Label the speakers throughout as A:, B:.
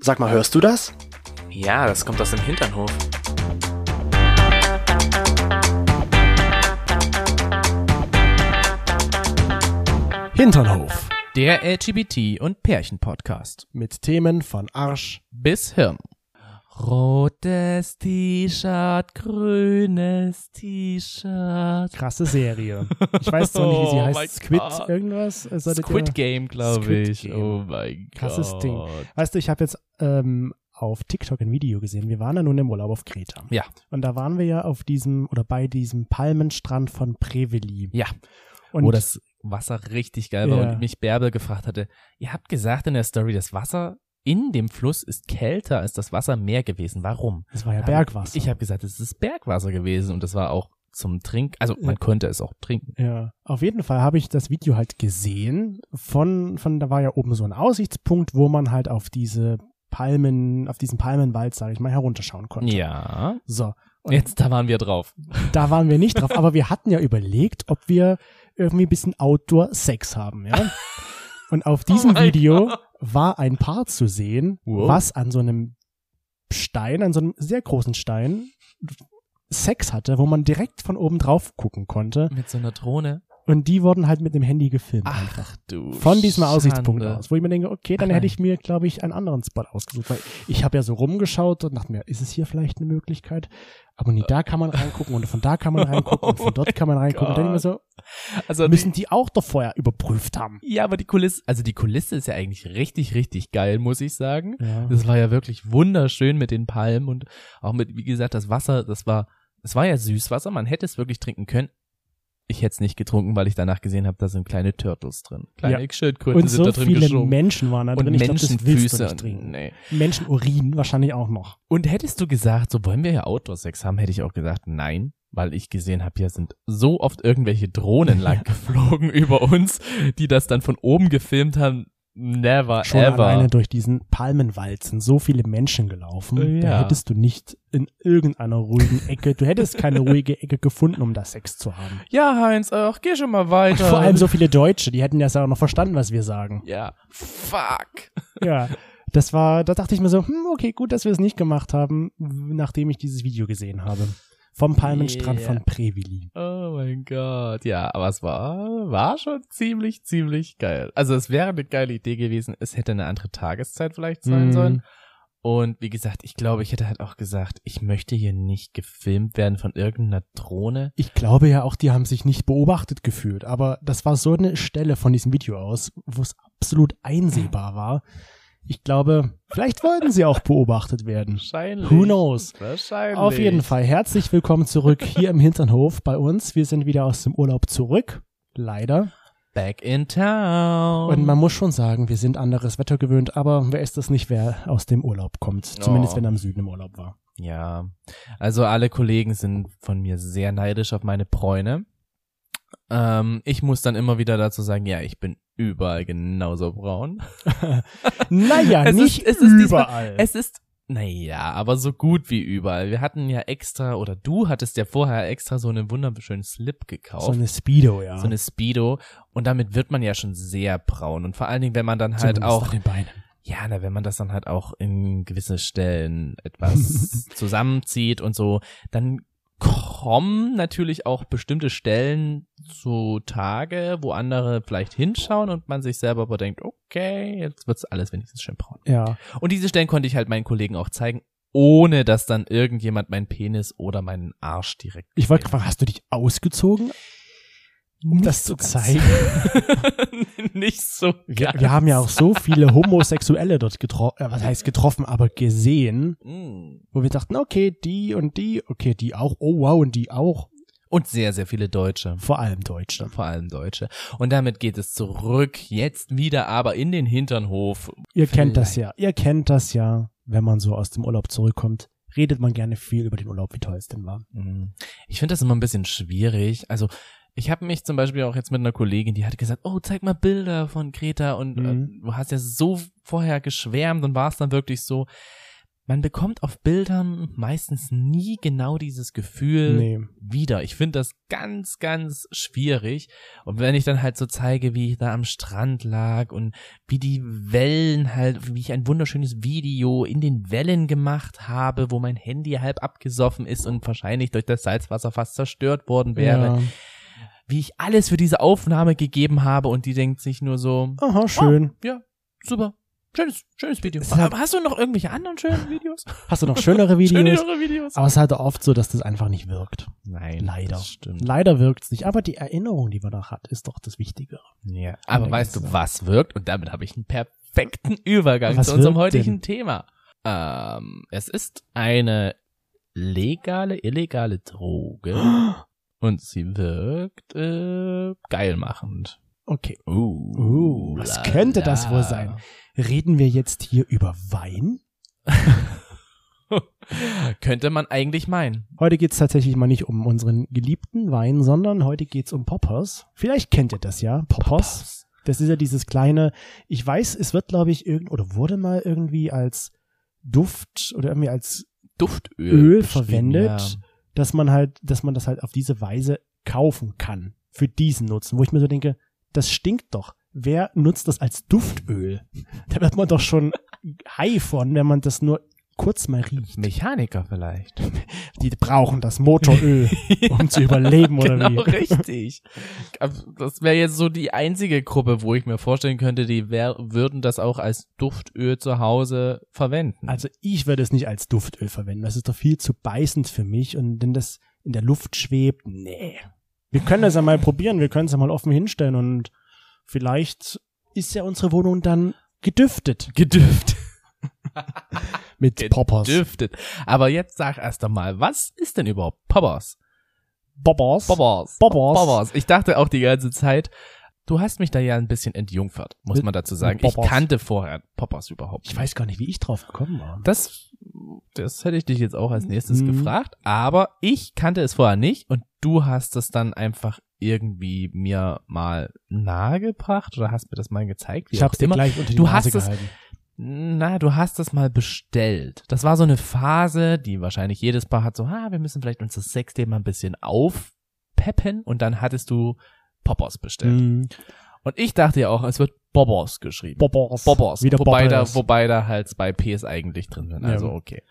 A: Sag mal, hörst du das?
B: Ja, das kommt aus dem Hinternhof.
A: Hinternhof.
C: Der LGBT- und Pärchen-Podcast.
A: Mit Themen von Arsch.
C: Bis Hirn. Rotes T-Shirt, grünes T-Shirt.
A: Krasse Serie. Ich weiß zwar nicht, wie sie
C: Oh
A: heißt.
C: mein
A: Squid
C: Gott.
A: irgendwas? Äh, solltet
C: Squid
A: ihr-
C: Game, glaube
A: Squid
C: ich.
A: Game.
C: Oh mein Gott.
A: Krasses Ding. Weißt du, ich habe jetzt ähm, auf TikTok ein Video gesehen. Wir waren ja nun im Urlaub auf Kreta.
C: Ja.
A: Und da waren wir ja auf diesem oder bei diesem Palmenstrand von Preveli.
C: Ja,
A: Und
C: wo das Wasser richtig geil war
A: Ja.
C: und mich Bärbel gefragt hatte, ihr habt gesagt in der Story, das Wasser in dem Fluss ist kälter als das Wasser im Meer gewesen. Warum?
A: das war ja
C: Hab-
A: Bergwasser.
C: Ich habe gesagt, es ist Bergwasser gewesen und das war auch zum Trinken. Also man
A: Ja.
C: konnte es auch trinken.
A: Ja, auf jeden Fall habe ich das Video halt gesehen. Von, von, da war ja oben so ein Aussichtspunkt, wo man halt auf diese Palmen, auf diesen Palmenwald, sage ich mal, herunterschauen konnte.
C: Ja.
A: So,
C: Jetzt, da waren wir drauf.
A: da waren wir nicht drauf, aber wir hatten ja überlegt, ob wir irgendwie ein bisschen Outdoor-Sex haben, ja. Und auf diesem
C: Oh mein
A: Video war ein Paar zu sehen,
C: Wow.
A: was an so einem Stein, an so einem sehr großen Stein Sex hatte, wo man direkt von oben drauf gucken konnte.
C: Mit so einer Drohne.
A: Und die wurden halt mit dem Handy gefilmt.
C: Ach du.
A: von diesem Aussichtspunkt
C: Schande.
A: aus, wo ich mir denke, okay, dann
C: Ach
A: hätte
C: nein.
A: ich mir, glaube ich, einen anderen Spot ausgesucht, weil ich habe ja so rumgeschaut und dachte mir, ist es hier vielleicht eine Möglichkeit? Aber nee, da kann man reingucken und von da kann man reingucken und von dort kann man reingucken. Und dann immer so,
C: Also die,
A: müssen die auch doch vorher überprüft haben.
C: ja, aber die Kulisse, also die Kulisse ist ja eigentlich richtig, richtig geil, muss ich sagen.
A: Ja.
C: Das war ja wirklich wunderschön mit den Palmen und auch mit, wie gesagt, das Wasser, das war, es war ja Süßwasser, man hätte es wirklich trinken können. Ich hätte es nicht getrunken, weil ich danach gesehen habe, da sind kleine Turtles drin. Kleine Schildkröten
A: Und
C: sind
A: so
C: da drin
A: viele
C: geschoben.
A: Menschen waren da
C: und
A: drin. Ich glaube, das willst du
C: Menschenfüße.
A: nicht trinken.
C: nee.
A: Menschenurin wahrscheinlich auch noch.
C: Und hättest du gesagt, so wollen wir ja Outdoor-Sex haben, hätte ich auch gesagt, nein, weil ich gesehen habe, hier sind so oft irgendwelche Drohnen lang geflogen über uns, die das dann von oben gefilmt haben. Never
A: Schon alleine
C: ever.
A: durch diesen Palmenwald sind so viele Menschen gelaufen.
C: Äh,
A: Da
C: ja.
A: hättest du nicht in irgendeiner ruhigen Ecke, du hättest keine ruhige Ecke gefunden, um da Sex zu haben.
C: Ja, Heinz, ach, geh schon mal
A: Und
C: weiter.
A: vor allem so viele Deutsche, die hätten das ja auch noch verstanden, was wir sagen.
C: Ja. Fuck.
A: Ja. Das war, da dachte ich mir so, hm, okay, gut, dass wir es nicht gemacht haben, nachdem ich dieses Video gesehen habe. Vom Palmenstrand
C: Ja.
A: von Previli.
C: Oh mein Gott. Ja, aber es war, war schon ziemlich, ziemlich geil. Also es wäre eine geile Idee gewesen. Es hätte eine andere Tageszeit vielleicht sein
A: Mhm.
C: sollen. Und wie gesagt, ich glaube, ich hätte halt auch gesagt, ich möchte hier nicht gefilmt werden von irgendeiner Drohne.
A: Ich glaube ja auch, die haben sich nicht beobachtet gefühlt, aber das war so eine Stelle von diesem Video aus, wo es absolut einsehbar war. Ich glaube, vielleicht wollten sie auch beobachtet werden.
C: Wahrscheinlich.
A: Who knows?
C: Wahrscheinlich.
A: Auf jeden Fall, herzlich willkommen zurück hier im Hinternhof bei uns. Wir sind wieder aus dem Urlaub zurück. Leider.
C: Back in town.
A: Und man muss schon sagen, wir sind anderes Wetter gewöhnt, aber wer ist das nicht, wer aus dem Urlaub kommt? Zumindest
C: Oh.
A: wenn er im Süden im Urlaub war.
C: Ja, also alle Kollegen sind von mir sehr neidisch auf meine Bräune. Ähm, ich muss dann immer wieder dazu sagen, ja, ich bin überall genauso braun.
A: Naja,
C: Es ist-
A: nicht
C: es ist diesmal-
A: überall.
C: Es ist, naja, aber so gut wie überall. Wir hatten ja extra, oder du hattest ja vorher extra so einen wunderschönen Slip gekauft.
A: so eine Speedo, ja.
C: so eine Speedo. Und damit wird man ja schon sehr braun. Und vor allen Dingen, wenn man dann halt
A: Zumindest
C: auch
A: an den Beinen.
C: ja, na, wenn man das dann halt auch in gewisse Stellen etwas zusammenzieht und so, dann kommen natürlich auch bestimmte Stellen zu Tage, wo andere vielleicht hinschauen und man sich selber aber denkt, okay, jetzt wird's alles wenigstens schön braun.
A: Ja,
C: Und diese Stellen konnte ich halt meinen Kollegen auch zeigen, ohne dass dann irgendjemand meinen Penis oder meinen Arsch direkt.
A: ich wollte fragen, hast du dich ausgezogen, um
C: Nicht
A: das
C: so
A: zu
C: ganz.
A: zeigen?
C: Nicht so.
A: Wir, wir haben ja auch so viele Homosexuelle dort getroffen, äh, was heißt getroffen, aber gesehen,
C: Mm.
A: wo wir dachten, okay, die und die, okay, die auch, oh wow, und die auch,
C: Und sehr, sehr viele Deutsche.
A: vor allem Deutsche.
C: vor allem Deutsche. Und damit geht es zurück, jetzt wieder aber in den Hinternhof.
A: Ihr kennt das ja. Ihr kennt das ja, wenn man so aus dem Urlaub zurückkommt, redet man gerne viel über den Urlaub, wie toll es denn war.
C: Hm. Ich finde das immer ein bisschen schwierig. Also ich habe mich zum Beispiel auch jetzt mit einer Kollegin, die hat gesagt, oh, zeig mal Bilder von Greta und
A: Mhm.
C: äh, du hast ja so vorher geschwärmt und war es dann wirklich so. man bekommt auf Bildern meistens nie genau dieses Gefühl
A: Nee.
C: wieder. Ich finde das ganz, ganz schwierig. Und wenn ich dann halt so zeige, wie ich da am Strand lag und wie die Wellen halt, wie ich ein wunderschönes Video in den Wellen gemacht habe, wo mein Handy halb abgesoffen ist und wahrscheinlich durch das Salzwasser fast zerstört worden wäre,
A: Ja.
C: wie ich alles für diese Aufnahme gegeben habe und die denkt sich nur so,
A: Aha, schön.
C: super. Schönes, schönes Video.
A: Es hat-
C: Aber hast du noch irgendwelche anderen schönen Videos?
A: Hast du noch schönere Videos?
C: Schönere Videos?
A: Aber es ist halt oft so, dass das einfach nicht wirkt.
C: Nein,
A: Leider.
C: Das stimmt.
A: Leider wirkt's nicht, aber die Erinnerung, die man da hat, ist doch das Wichtige.
C: Ja, aber
A: Allerdings,
C: weißt du,
A: ja.
C: was wirkt? Und damit habe ich einen perfekten Übergang
A: Was
C: zu unserem
A: wirkt
C: heutigen Thema. Ähm, es ist eine legale, illegale Droge und sie wirkt äh, geilmachend.
A: Okay,
C: Uh,
A: Uh, was könnte das wohl sein? reden wir jetzt hier über Wein?
C: könnte man eigentlich meinen.
A: Heute geht's tatsächlich mal nicht um unseren geliebten Wein, sondern heute geht's um Poppers. Vielleicht kennt ihr das ja, Poppers. Das ist ja dieses kleine, ich weiß, es wird, glaube ich, irgend oder wurde mal irgendwie als Duft oder irgendwie als,
C: Duftöl.
A: Öl
C: beschrieben,
A: verwendet.
C: Ja.
A: dass man halt, dass man das halt auf diese Weise kaufen kann. Für diesen Nutzen, wo ich mir so denke, das stinkt doch. Wer nutzt das als Duftöl? Da wird man doch schon high von, wenn man das nur kurz mal riecht.
C: Mechaniker vielleicht.
A: Die brauchen das Motoröl, um zu überleben oder
C: genau,
A: wie.
C: richtig. Also, Das wäre jetzt so die einzige Gruppe, wo ich mir vorstellen könnte, die wär, würden das auch als Duftöl zu Hause verwenden.
A: Also ich würde es nicht als Duftöl verwenden. Das ist doch viel zu beißend für mich. Und wenn das in der Luft schwebt, nee. Wir können das ja mal probieren. Wir können es ja mal offen hinstellen. Und vielleicht ist ja unsere Wohnung dann gedüftet
C: gedüft.
A: mit Poppers.
C: Gedüftet. Aber jetzt sag erst einmal, was ist denn überhaupt Poppers?
A: Poppers.
C: Poppers.
A: Poppers.
C: Poppers. Ich dachte auch die ganze Zeit, du hast mich da ja ein bisschen entjungfert, muss
A: Mit-
C: man dazu sagen.
A: mit
C: Ich
A: Poppers.
C: kannte vorher Poppers überhaupt.
A: Ich weiß gar nicht, wie ich drauf gekommen war.
C: Das, das hätte ich dich jetzt auch als nächstes
A: Mhm.
C: gefragt, aber ich kannte es vorher nicht und du hast es dann einfach irgendwie mir mal nahegebracht oder hast mir das mal gezeigt. Wie
A: Ich hab's
C: auch
A: dir
C: immer.
A: gleich unter die
C: Du
A: Nase
C: hast es-
A: gehalten.
C: Na, du hast das mal bestellt. Das war so eine Phase, die wahrscheinlich jedes Paar hat, so, ha, wir müssen vielleicht unser Sexthema ein bisschen aufpeppen und dann hattest du Poppers bestellt.
A: Mm,
C: Und ich dachte ja auch, es wird Bobos geschrieben.
A: Poppers.
C: Bobos.
A: Wieder
C: wobei, da,
A: Poppers.
C: wobei da halt bei Ps eigentlich drin sind.
A: Ja.
C: Also okay.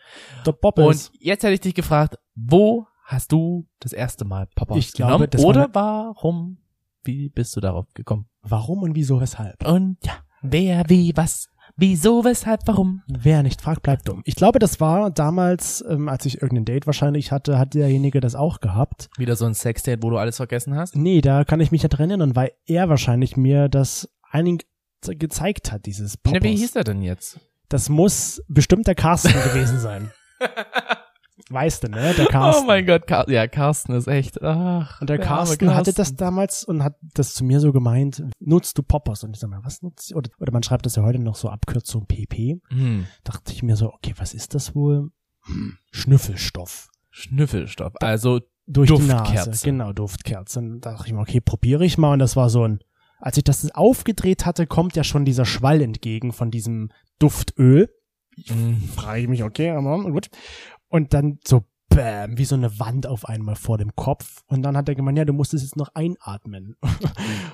A: Der Poppers.
C: Und jetzt hätte ich dich gefragt, wo hast du das erste Mal Papa
A: Ich glaube,
C: genommen?
A: das war
C: Oder warum? Wie bist du darauf gekommen?
A: Warum und wieso, weshalb?
C: Und ja, wer, wie, was, wieso, weshalb, warum?
A: Wer nicht fragt, bleibt dumm. Ich glaube, das war damals, ähm, als ich irgendein Date wahrscheinlich hatte, hat derjenige das auch gehabt.
C: Wieder so ein Sexdate, wo du alles vergessen hast?
A: Nee, da kann ich mich ja dran erinnern, weil er wahrscheinlich mir das einig ze- gezeigt hat, dieses
C: Na, wie hieß
A: Poppers.
C: er denn jetzt?
A: Das muss bestimmt der Carsten gewesen sein. Weißt du, ne? Der Carsten.
C: Oh mein Gott, Car ja, Carsten ist echt, ach.
A: Und der
C: arme
A: Carsten, hatte das damals und hat das zu mir so gemeint, nutzt du Poppers? Und ich sag mal, was nutzt du? Oder, oder man schreibt das ja heute noch so Abkürzung PP.
C: Hm.
A: Dachte ich mir so, okay, was ist das wohl? Hm, Schnüffelstoff.
C: Schnüffelstoff. Also,
A: durch die
C: Duftkerze.
A: Nase. Genau, Duftkerze. Und da dachte ich mir, okay, probiere ich mal. Und das war so ein, als ich das aufgedreht hatte, kommt ja schon dieser Schwall entgegen von diesem Duftöl.
C: mh,
A: Frage ich mich, okay, aber gut. Und dann so, bäm, wie so eine Wand auf einmal vor dem Kopf. Und dann hat er gemeint, ja, du musst es jetzt noch einatmen.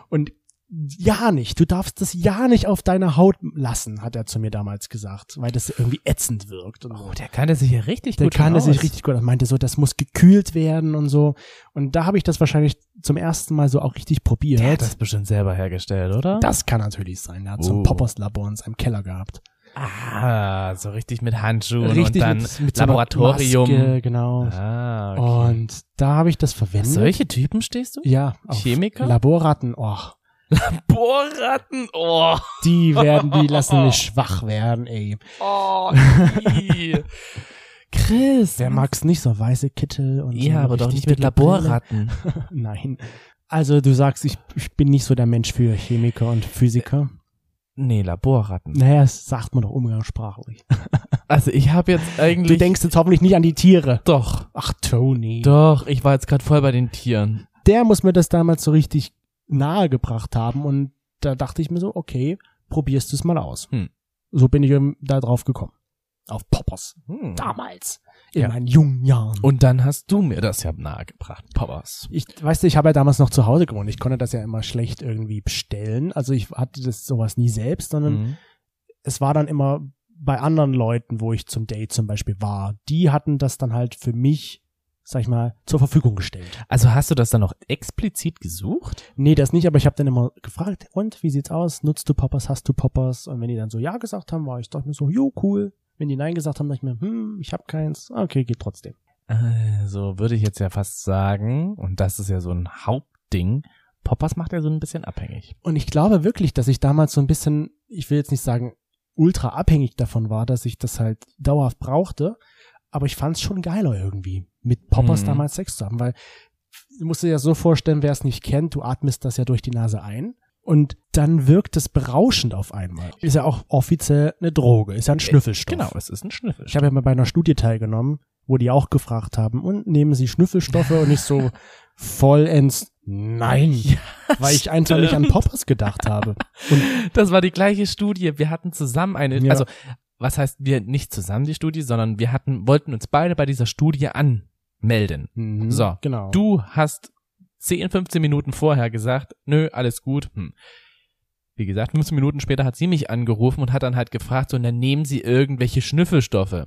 A: Und ja nicht, du darfst das ja nicht auf deiner Haut lassen, hat er zu mir damals gesagt, weil das irgendwie ätzend wirkt. Und so.
C: oh, der kannte sich ja richtig
A: Der
C: gut genau,
A: kann
C: schon
A: es sich
C: aus.
A: richtig gut. Er meinte so, das muss gekühlt werden und so. Und da habe ich das wahrscheinlich zum ersten Mal so auch richtig probiert.
C: Der hat das bestimmt selber hergestellt, oder?
A: das kann natürlich sein. Er hat so
C: Oh.
A: ein Poppers-Labor in seinem Keller gehabt.
C: Ah, so richtig mit Handschuhen
A: richtig
C: und dann
A: mit, mit so einer
C: Laboratorium.
A: Maske, genau.
C: Ah, okay.
A: Und da habe ich das verwendet.
C: Solche Typen stehst du?
A: Ja. auf
C: Chemiker?
A: Laborratten. Och,
C: Bohrratten, oh,
A: die werden, die lassen mich schwach werden, ey.
C: oh, ii. Chris.
A: Wer mag's nicht, so weiße Kittel und so.
C: ja,
A: eine
C: aber doch
A: richtig
C: nicht mit
A: dicke
C: Laborratten.
A: Brille. Nein. Also du sagst, ich, ich bin nicht so der Mensch für Chemiker und Physiker.
C: Nee, Laborratten.
A: Naja, das sagt man doch umgangssprachlich.
C: Also ich habe jetzt eigentlich.
A: Du denkst jetzt hoffentlich nicht an die Tiere.
C: doch,
A: Ach, Tony.
C: doch, ich war jetzt gerade voll bei den Tieren.
A: Der muss mir das damals so richtig nahe gebracht haben und da dachte ich mir so, okay, probierst du es mal aus.
C: Hm.
A: So bin ich eben da drauf gekommen. auf Poppers.
C: Hm.
A: Damals. In
C: Ja.
A: meinen jungen Jahren.
C: Und dann hast du mir das ja nahegebracht, Papas.
A: Ich, weißt du, ich habe ja damals noch zu Hause gewohnt. Ich konnte das ja immer schlecht irgendwie bestellen. Also ich hatte das sowas nie selbst, sondern
C: Mhm.
A: es war dann immer bei anderen Leuten, wo ich zum Date zum Beispiel war, die hatten das dann halt für mich, sag ich mal, zur Verfügung gestellt.
C: Also hast du das dann noch explizit gesucht?
A: Nee, das nicht, aber ich habe dann immer gefragt, und wie sieht's aus? Nutzt du Poppers, hast du Poppers? Und wenn die dann so Ja gesagt haben, war ich dachte ich mir so, jo, cool. Wenn die Nein gesagt haben, dachte ich mir, hm, ich habe keins. Ah, Okay, geht trotzdem.
C: Also würde ich jetzt ja fast sagen, und das ist ja so ein Hauptding, Poppers macht ja so ein bisschen abhängig.
A: Und ich glaube wirklich, dass ich damals so ein bisschen, ich will jetzt nicht sagen, ultra abhängig davon war, dass ich das halt dauerhaft brauchte. Aber ich fand es schon geiler irgendwie, mit Poppers
C: Mhm.
A: damals Sex zu haben, weil du musst dir ja so vorstellen, wer es nicht kennt, du atmest das ja durch die Nase ein. Und dann wirkt es berauschend auf einmal. Ist ja auch offiziell eine Droge, ist ja ein Schnüffelstoff.
C: Genau, es ist ein Schnüffel.
A: Ich habe ja mal bei einer Studie teilgenommen, wo die auch gefragt haben, und nehmen Sie Schnüffelstoffe und nicht so vollends nein, weil ich einfach nicht an Poppers gedacht habe.
C: Das war die gleiche Studie. Wir hatten zusammen eine,
A: Ja.
C: also was heißt wir nicht zusammen die Studie, sondern wir hatten, wollten uns beide bei dieser Studie anmelden.
A: Mhm,
C: So,
A: genau.
C: Du hast 10, 15 Minuten vorher gesagt, nö, alles gut. Hm. Wie gesagt, 15 Minuten später hat sie mich angerufen und hat dann halt gefragt, so, und dann nehmen sie irgendwelche Schnüffelstoffe.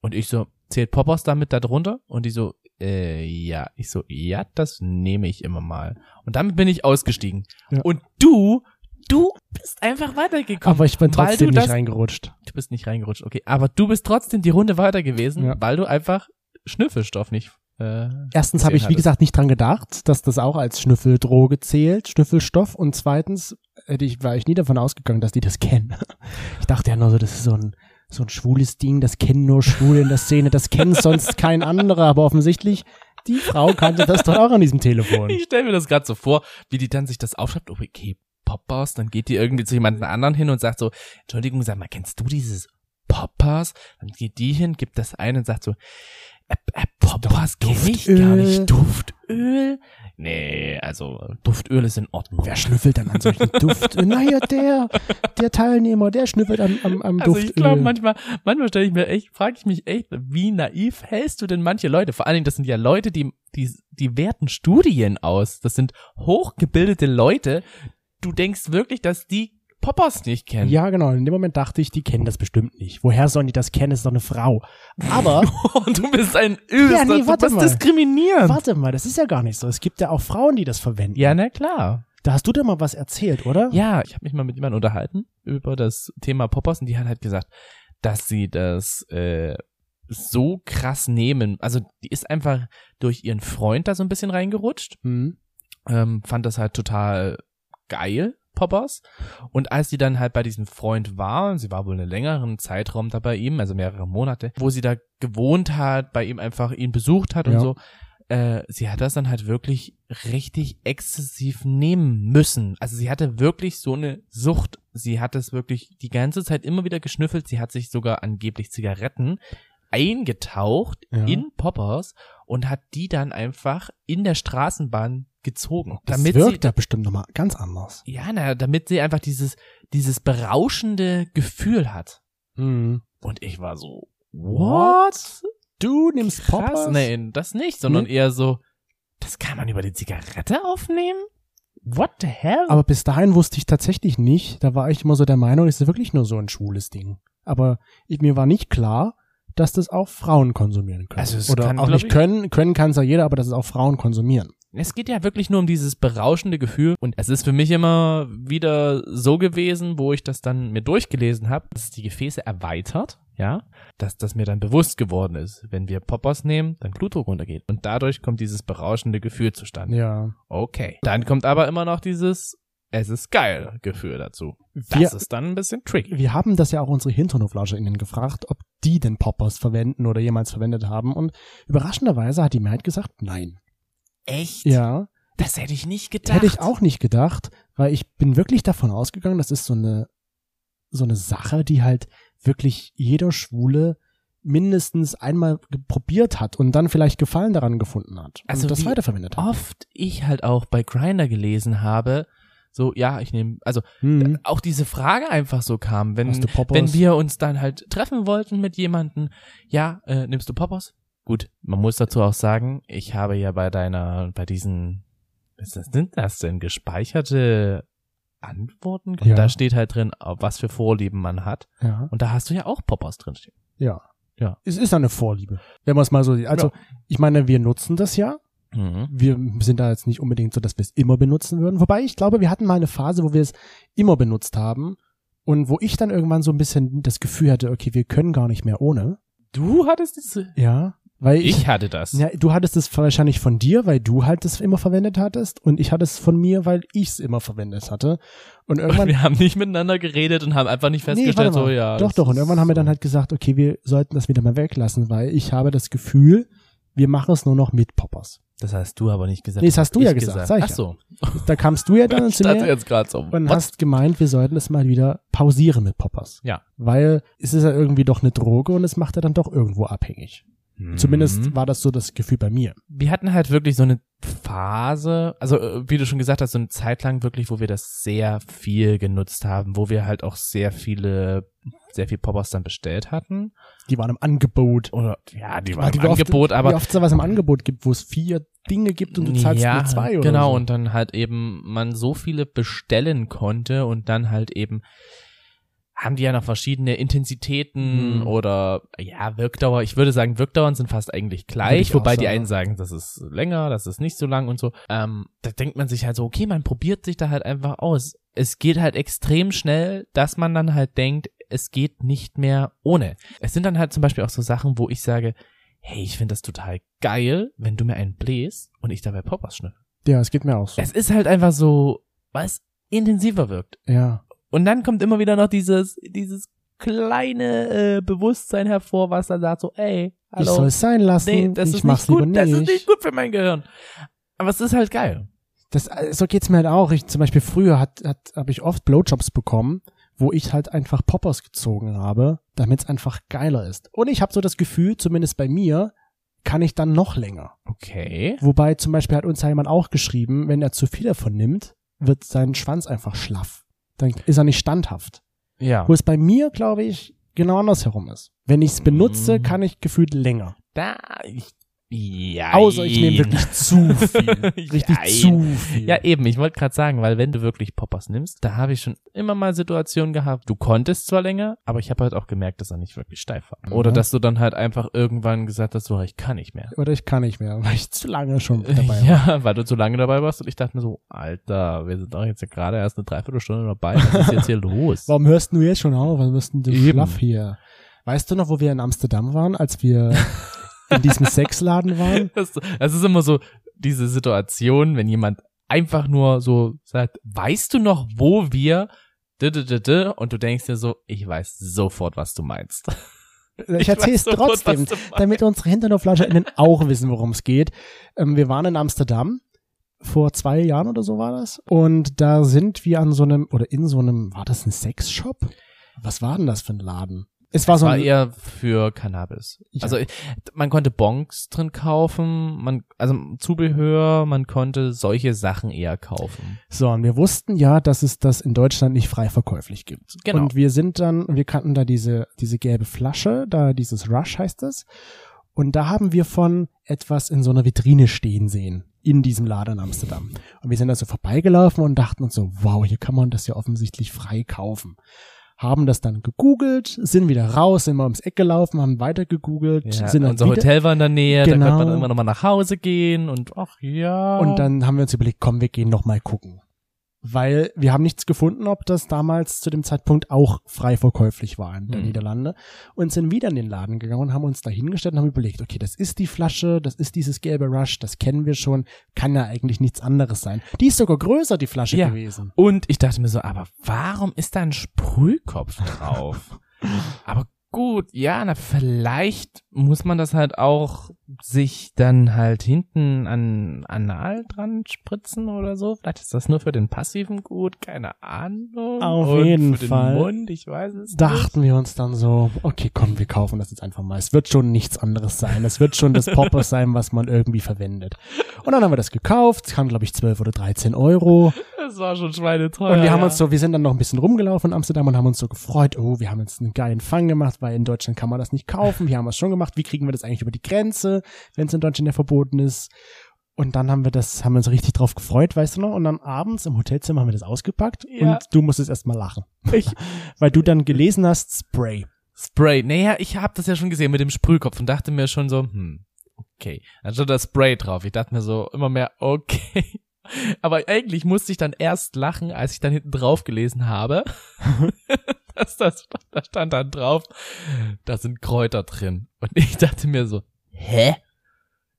C: Und ich so, zählt Poppers damit da drunter? Und die so, äh, ja. Ich so, ja, das nehme ich immer mal. Und damit bin ich ausgestiegen.
A: Ja.
C: Und du, du bist einfach weitergekommen.
A: aber ich bin
C: weil
A: trotzdem
C: du
A: nicht
C: das-
A: reingerutscht.
C: Du bist nicht reingerutscht, okay. Aber du bist trotzdem die Runde weiter gewesen,
A: Ja.
C: weil du einfach Schnüffelstoff nicht, äh,
A: Erstens habe
C: Gesehen
A: ich, wie
C: hattest.
A: gesagt, nicht dran gedacht, dass das auch als Schnüffeldroge zählt, Schnüffelstoff. Und zweitens hätte ich, war ich nie davon ausgegangen, dass die das kennen. Ich dachte ja nur so, das ist so ein, so ein schwules Ding, das kennen nur Schwule in der Szene, das kennt sonst kein anderer. Aber offensichtlich, die Frau kannte das doch auch an diesem Telefon.
C: Ich stelle mir das gerade so vor, wie die dann sich das aufschreibt, oh, okay, Poppers, dann geht die irgendwie zu jemandem anderen hin und sagt so, Entschuldigung, sag mal, kennst du dieses Poppers? Dann geht die hin, gibt das ein und sagt so, äh, äh, Poppers kenne ich gar
A: Duftöl.
C: nicht. Duftöl? Nee, also Duftöl ist in Ordnung.
A: Wer schnüffelt dann an solchen Duft? Naja, der, der Teilnehmer, der schnüffelt am, am, am
C: Also
A: Duft. äh.
C: ich glaube manchmal, manchmal stelle ich mir echt, frage ich mich echt, wie naiv hältst du denn manche Leute? Vor allen Dingen, das sind ja Leute, die, die, die werten Studien aus. Das sind hochgebildete Leute. Du denkst wirklich, dass die Poppers nicht kennen.
A: ja, genau. In dem Moment dachte ich, die kennen das bestimmt nicht. Woher sollen die das kennen? Ist doch eine Frau. Aber
C: Und du bist ein übelster,
A: Ja, nee,
C: du
A: warte
C: bist
A: mal.
C: diskriminierend.
A: warte mal, das ist ja gar nicht so. Es gibt ja auch Frauen, die das verwenden.
C: Ähm, Ja, na klar.
A: Da hast du dir mal was erzählt, oder?
C: Ja, ich habe mich mal mit jemandem unterhalten über das Thema Poppers und die hat halt gesagt, dass sie das äh, so krass nehmen. Also die ist einfach durch ihren Freund da so ein bisschen reingerutscht.
A: Hm.
C: ähm, fand das halt total geil, Poppers. Und als sie dann halt bei diesem Freund war, und sie war wohl einen längeren Zeitraum da bei ihm, also mehrere Monate, wo sie da gewohnt hat, bei ihm einfach ihn besucht hat
A: Ja.
C: und so, äh, sie hat das dann halt wirklich richtig exzessiv nehmen müssen. Also sie hatte wirklich so eine Sucht. Sie hat es wirklich die ganze Zeit immer wieder geschnüffelt. Sie hat sich sogar angeblich Zigaretten eingetaucht
A: Ja.
C: in Poppers und hat die dann einfach in der Straßenbahn gezogen,
A: Das
C: damit sie
A: wirkt da bestimmt nochmal ganz anders.
C: ja, na, damit sie einfach dieses dieses berauschende Gefühl hat.
A: Hm.
C: Und ich war so
A: What? Du nimmst
C: Krass,
A: Poppers?
C: nein, das nicht, sondern
A: Nee.
C: eher so das kann man über die Zigarette aufnehmen? What the hell?
A: Aber bis dahin wusste ich tatsächlich nicht. Da war ich immer so der Meinung, es ist wirklich nur so ein schwules Ding. Aber ich, mir war nicht klar, dass das auch Frauen konsumieren können.
C: Also es
A: Oder
C: kann,
A: auch
C: glaub
A: nicht
C: ich-
A: können. Können kann es ja jeder, aber dass es auch Frauen konsumieren.
C: Es geht ja wirklich nur um dieses berauschende Gefühl. Und es ist für mich immer wieder so gewesen, wo ich das dann mir durchgelesen habe, dass es die Gefäße erweitert, ja, dass das mir dann bewusst geworden ist. Wenn wir Poppers nehmen, dann Blutdruck runtergeht. Und dadurch kommt dieses berauschende Gefühl zustande.
A: Ja.
C: Okay. Dann kommt aber immer noch dieses Es ist geil Gefühl dazu. Das
A: Wir,
C: ist dann ein bisschen tricky.
A: wir haben das ja auch unsere HinternhoflauscherInnen gefragt, ob die denn Poppers verwenden oder jemals verwendet haben. Und überraschenderweise hat die Mehrheit gesagt, nein.
C: Echt?
A: Ja.
C: Das hätte ich nicht gedacht.
A: Hätte ich auch nicht gedacht, weil ich bin wirklich davon ausgegangen, das ist so eine, so eine Sache, die halt wirklich jeder Schwule mindestens einmal ge- probiert hat und dann vielleicht Gefallen daran gefunden hat.
C: Also
A: und das
C: wie
A: weiterverwendet hat.
C: oft ich halt auch bei Grinder gelesen habe, so, ja, ich nehme, also
A: Hm.
C: auch diese Frage einfach so kam, wenn,
A: Hast du Poppers?
C: wenn wir uns dann halt treffen wollten mit jemanden, ja, äh, nimmst du Poppers? Gut, man muss dazu auch sagen, ich habe ja bei deiner, bei diesen, was ist- sind das denn, gespeicherte Antworten?
A: Ja.
C: Da steht halt drin, auf was für Vorlieben man hat.
A: ja.
C: Und da hast du ja auch Poppers drinstehen.
A: ja.
C: Ja.
A: Es ist eine Vorliebe, wenn man es mal so sieht. Also, ich meine, wir nutzen das ja.
C: Mhm.
A: Wir sind da jetzt nicht unbedingt so, dass wir es immer benutzen würden. Wobei, ich glaube, wir hatten mal eine Phase, wo wir es immer benutzt haben und wo ich dann irgendwann so ein bisschen das Gefühl hatte, okay, wir können gar nicht mehr ohne.
C: Du hattest diese.
A: Ja. Weil ich,
C: Ich hatte das.
A: Ja, du hattest es wahrscheinlich von dir, weil du halt es immer verwendet hattest und ich hatte es von mir, weil ich es immer verwendet hatte.
C: Und
A: Und irgendwann
C: wir haben nicht miteinander geredet und haben einfach nicht festgestellt,
A: warte mal.
C: so ja.
A: Doch,
C: das
A: doch. Und
C: ist
A: irgendwann haben wir dann
C: so.
A: halt gesagt, okay, wir sollten das wieder mal weglassen, weil ich habe das Gefühl, wir machen es nur noch mit Poppers.
C: Das hast du aber nicht gesagt.
A: Nee, das hast du
C: hab
A: ja
C: ich
A: gesagt, sag ich
C: Ach
A: ja.
C: so.
A: Da kamst du ja dann
C: Ich
A: zu
C: dachte
A: mir
C: jetzt gerade so.
A: und
C: what?
A: hast gemeint, wir sollten es mal wieder pausieren mit Poppers.
C: Ja.
A: Weil es ist ja irgendwie doch eine Droge und es macht ja dann doch irgendwo abhängig. Zumindest
C: Mhm.
A: war das so das Gefühl bei mir.
C: Wir hatten halt wirklich so eine Phase, also äh, wie du schon gesagt hast, so eine Zeit lang wirklich, wo wir das sehr viel genutzt haben, wo wir halt auch sehr viele, sehr viel Poppers dann bestellt hatten.
A: Die waren im Angebot.
C: Oder ja, die
A: Weil
C: waren
A: die
C: im
A: wir oft-
C: Angebot, aber
A: wie oft es da was im Angebot gibt, wo es vier Dinge gibt und du zahlst
C: ja,
A: nur zwei oder
C: genau
A: so.
C: und dann halt eben man so viele bestellen konnte und dann halt eben haben die ja noch verschiedene Intensitäten
A: Mhm.
C: oder ja Wirkdauer ich würde sagen Wirkdauern sind fast eigentlich
A: Würde
C: gleich
A: ich
C: wobei
A: auch
C: die
A: sagen.
C: einen sagen das ist länger das ist nicht so lang und so ähm, da denkt man sich halt so okay man probiert sich da halt einfach aus es geht halt extrem schnell dass man dann halt denkt es geht nicht mehr ohne es sind dann halt zum Beispiel auch so Sachen wo ich sage hey, ich finde das total geil, wenn du mir einen bläst und ich dabei Poppers schnipp.
A: ja, es geht mir auch so.
C: Es ist halt einfach so, was intensiver wirkt.
A: Ja,
C: Und dann kommt immer wieder noch dieses, dieses kleine äh, Bewusstsein hervor, was dann sagt so, ey,
A: ich
C: hallo,
A: soll es sein lassen.
C: nee, das
A: ich
C: ist
A: mach's
C: nicht gut,
A: lieber nicht.
C: das ist nicht gut für mein Gehirn. Aber es ist halt geil.
A: Das, so geht's mir halt auch. Ich, zum Beispiel früher hat, hat, habe ich oft Blowjobs bekommen, wo ich halt einfach Poppers gezogen habe, damit's einfach geiler ist. Und ich habe so das Gefühl, zumindest bei mir, kann ich dann noch länger.
C: Okay.
A: Wobei zum Beispiel hat uns ja jemand auch geschrieben, wenn er zu viel davon nimmt, wird sein Schwanz einfach schlaff. Dann ist er nicht standhaft.
C: Ja.
A: wo es bei mir, glaube ich, genau andersherum ist. Wenn ich es benutze,
C: Mhm.
A: kann ich gefühlt länger.
C: Da, ich, ja.
A: Außer ich nehme wirklich zu viel. Richtig
C: Jein.
A: zu viel.
C: Ja, eben, ich wollte gerade sagen, weil wenn du wirklich Poppers nimmst, da habe ich schon immer mal Situationen gehabt, du konntest zwar länger, aber ich habe halt auch gemerkt, dass er nicht wirklich steif war. Oder
A: Ja.
C: dass du dann halt einfach irgendwann gesagt hast, so, ich kann nicht mehr.
A: Oder ich kann nicht mehr, weil ich zu lange schon dabei war.
C: ja, weil du zu lange dabei warst und ich dachte mir so, Alter, wir sind doch jetzt ja gerade erst eine Dreiviertelstunde dabei, was ist jetzt hier los?
A: Warum hörst du jetzt schon auf? Warum bist denn du
C: Eben.
A: schlaff hier? Weißt du noch, wo wir in Amsterdam waren, als wir in diesem Sexladen waren?
C: Das, das ist immer so diese Situation, wenn jemand einfach nur so sagt, weißt du noch, wo wir d -d -d -d und du denkst dir so, ich weiß sofort, was du meinst.
A: Ich, erzähl's
C: weiß sofort,
A: trotzdem,
C: was du meinst.
A: damit unsere HinternoflauscherInnen auch wissen, worum es geht. Ähm, wir waren in Amsterdam vor zwei Jahren oder so war das. Und da sind wir an so einem, oder in so einem, war das ein Sexshop? Was war denn das für ein Laden? Es war so
C: war
A: ein,
C: eher für Cannabis.
A: Ja.
C: Also ich- man konnte Bonks drin kaufen, man also Zubehör, man konnte solche Sachen eher kaufen.
A: so, und wir wussten ja, dass es das in Deutschland nicht frei verkäuflich gibt.
C: Genau.
A: Und wir sind dann, wir kannten da diese, diese gelbe Flasche, da dieses Rush heißt es. Und da haben wir von etwas in so einer Vitrine stehen sehen, in diesem Laden in Amsterdam. Und wir sind da so vorbeigelaufen und dachten uns so, wow, hier kann man das ja offensichtlich frei kaufen. Haben das dann gegoogelt, sind wieder raus, sind mal ums Eck gelaufen, haben weiter gegoogelt,
C: Ja,
A: sind dann
C: unser
A: wieder,
C: Hotel war in der Nähe, da
A: Genau.
C: konnte man immer noch mal nach Hause gehen und ach ja.
A: Und dann haben wir uns überlegt, komm, wir gehen noch mal gucken. Weil wir haben nichts gefunden, ob das damals zu dem Zeitpunkt auch frei verkäuflich war in den
C: Hm.
A: Niederlande. Und sind wieder in den Laden gegangen und haben uns da hingestellt und haben überlegt, okay, das ist die Flasche, das ist dieses gelbe Rush, das kennen wir schon, kann ja eigentlich nichts anderes sein. Die ist sogar größer, die Flasche
C: Ja.
A: gewesen.
C: und ich dachte mir so, aber warum ist da ein Sprühkopf drauf? aber gut, ja, na vielleicht muss man das halt auch sich dann halt hinten an Anal dran spritzen oder so. Vielleicht ist das nur für den passiven gut, keine Ahnung.
A: Auf
C: Und
A: jeden
C: für
A: Fall.
C: Den Mund, ich weiß es nicht.
A: Dachten wir uns dann so, okay, komm, wir kaufen das jetzt einfach mal. Es wird schon nichts anderes sein. Es wird schon das Popper sein, was man irgendwie verwendet. Und dann haben wir das gekauft. Es kam, glaube ich, 12 oder 13 Euro.
C: Das war schon schweineteuer.
A: Und wir haben
C: Oh, ja.
A: uns so, wir sind dann noch ein bisschen rumgelaufen in Amsterdam und haben uns so gefreut, oh, wir haben jetzt einen geilen Fang gemacht, weil in Deutschland kann man das nicht kaufen, wir haben es schon gemacht, wie kriegen wir das eigentlich über die Grenze, wenn es in Deutschland ja verboten ist. Und dann haben wir das, haben wir uns richtig drauf gefreut, weißt du noch, und dann abends im Hotelzimmer haben wir das ausgepackt
C: Ja.
A: und du musstest erstmal lachen,
C: Ich,
A: weil du dann gelesen hast, Spray.
C: Spray. Naja, ich habe das ja schon gesehen mit dem Sprühkopf und dachte mir schon so, hm, okay. Dann stand da Spray drauf. Ich dachte mir so immer mehr, okay. Aber eigentlich musste ich dann erst lachen, als ich dann hinten drauf gelesen habe, dass das, da stand dann drauf, da sind Kräuter drin. Und ich dachte mir so, hä?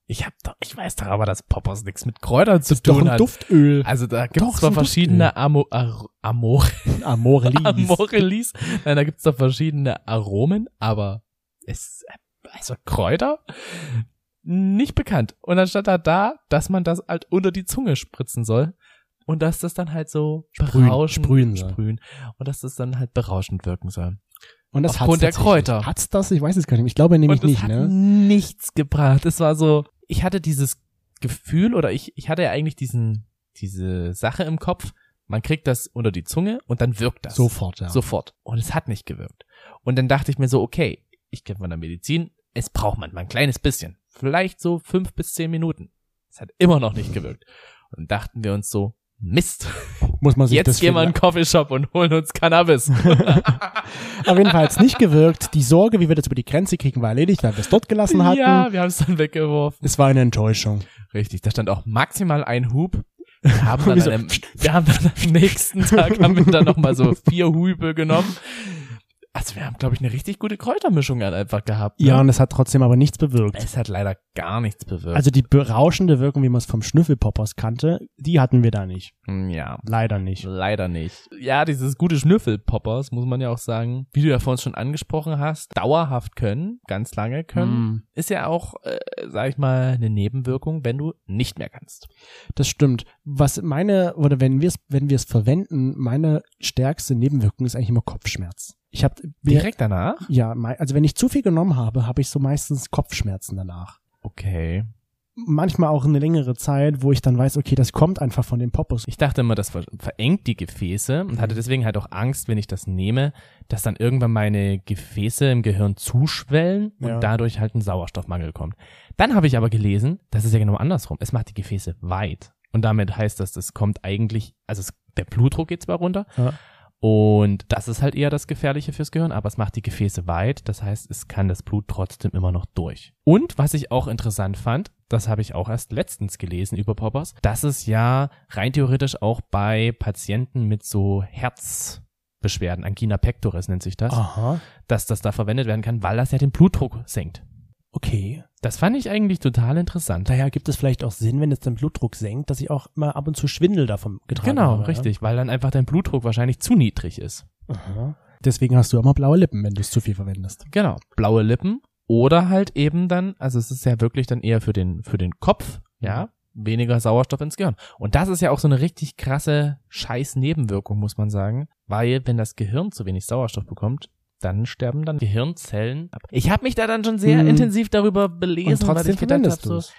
C: Ich hab doch, ich weiß doch aber, dass Poppers nichts mit Kräutern zu
A: Doch
C: tun
A: ein
C: hat.
A: Duftöl.
C: Also da
A: Doch,
C: gibt's
A: ist
C: zwar
A: ein
C: verschiedene Amo, Ar, Amore,
A: Amorelis.
C: Amorelis. Nein, da gibt's doch verschiedene Aromen, aber es, also Kräuter? Nicht bekannt. Und dann stand da da, dass man das halt unter die Zunge spritzen soll. Und dass das dann halt so
A: Sprühen,
C: berauschend,
A: sprühen soll.
C: sprühen. Und dass das dann halt berauschend wirken soll.
A: Und das
C: Aufgrund der
A: hat's tatsächlich.
C: Kräuter.
A: Hat's das? Ich weiß es gar nicht. mehr. Ich glaube nämlich
C: Und es
A: nicht,
C: hat
A: ne?
C: nichts gebracht. Es war so, ich hatte dieses Gefühl oder ich, ich hatte ja eigentlich diesen, diese Sache im Kopf. Man kriegt das unter die Zunge und dann wirkt das.
A: Sofort, ja.
C: Sofort. Und es hat nicht gewirkt. Und dann dachte ich mir so, okay, ich kenne von der Medizin, es braucht man mal ein kleines bisschen. Vielleicht so fünf bis zehn Minuten. Es hat immer noch nicht gewirkt. Und dachten wir uns so, Mist,
A: Muss man sich das
C: jetzt gehen wir in
A: vielleicht-
C: einen Coffeeshop und holen uns Cannabis.
A: Auf jeden Fall hat's nicht gewirkt. Die Sorge, wie wir das über die Grenze kriegen, war erledigt, weil wir es dort gelassen hatten.
C: ja, wir haben es dann weggeworfen.
A: Es war eine Enttäuschung.
C: Richtig, da stand auch maximal ein Hub. Wir haben dann,
A: Wieso?
C: an einem, wir haben dann am nächsten Tag haben wir dann nochmal so vier Hube genommen. Also wir haben, glaube ich, eine richtig gute Kräutermischung halt einfach gehabt. ne?
A: Ja, und es hat trotzdem aber nichts bewirkt.
C: Es hat leider gar nichts bewirkt.
A: Also die berauschende Wirkung, wie man es vom Schnüffelpoppers kannte, die hatten wir da nicht.
C: Hm, ja,
A: Leider nicht.
C: leider nicht. Ja, dieses gute Schnüffelpoppers, muss man ja auch sagen, wie du ja vorhin schon angesprochen hast, dauerhaft können, ganz lange können,
A: Hm,
C: ist ja auch, äh, sag ich mal, eine Nebenwirkung, wenn du nicht mehr kannst.
A: das stimmt. Was meine, oder wenn wir es, wenn wir es verwenden, meine stärkste Nebenwirkung ist eigentlich immer Kopfschmerz. Ich habe
C: Direkt danach?
A: Ja, mei- also wenn ich zu viel genommen habe, habe ich so meistens Kopfschmerzen danach.
C: Okay.
A: Manchmal auch eine längere Zeit, wo ich dann weiß, okay, das kommt einfach von den Poppers.
C: Ich dachte immer, das ver verengt die Gefäße und hatte deswegen halt auch Angst, wenn ich das nehme, dass dann irgendwann meine Gefäße im Gehirn zuschwellen und
A: Ja.
C: dadurch halt ein Sauerstoffmangel kommt. Dann habe ich aber gelesen, das ist ja genau andersrum. Es macht die Gefäße weit. Und damit heißt das, das kommt eigentlich, also es, der Blutdruck geht zwar runter,
A: Ja.
C: und das ist halt eher das Gefährliche fürs Gehirn, aber es macht die Gefäße weit, das heißt, es kann das Blut trotzdem immer noch durch. Und was ich auch interessant fand, das habe ich auch erst letztens gelesen über Poppers, dass es ja rein theoretisch auch bei Patienten mit so Herzbeschwerden, Angina pectoris nennt sich das,
A: Aha.
C: dass das da verwendet werden kann, weil das ja den Blutdruck senkt.
A: Okay.
C: Das fand ich eigentlich total interessant.
A: Daher gibt es vielleicht auch Sinn, wenn es den Blutdruck senkt, dass ich auch immer ab und zu Schwindel davon getragen
C: Genau,
A: habe.
C: richtig, weil dann einfach dein Blutdruck wahrscheinlich zu niedrig ist.
A: Ja? Aha. Deswegen hast du immer blaue Lippen, wenn du es zu viel verwendest.
C: Genau, blaue Lippen oder halt eben dann, also es ist ja wirklich dann eher für den für den Kopf, ja,
A: Mhm.
C: weniger Sauerstoff ins Gehirn. Und das ist ja auch so eine richtig krasse scheiß Nebenwirkung, muss man sagen, weil wenn das Gehirn zu wenig Sauerstoff bekommt, dann sterben dann Gehirnzellen ab. Ich habe mich da dann schon sehr
A: Hm.
C: intensiv darüber belesen,
A: Und
C: weil
A: trotzdem
C: ich gedacht habe
A: verwendest du
C: so
A: es.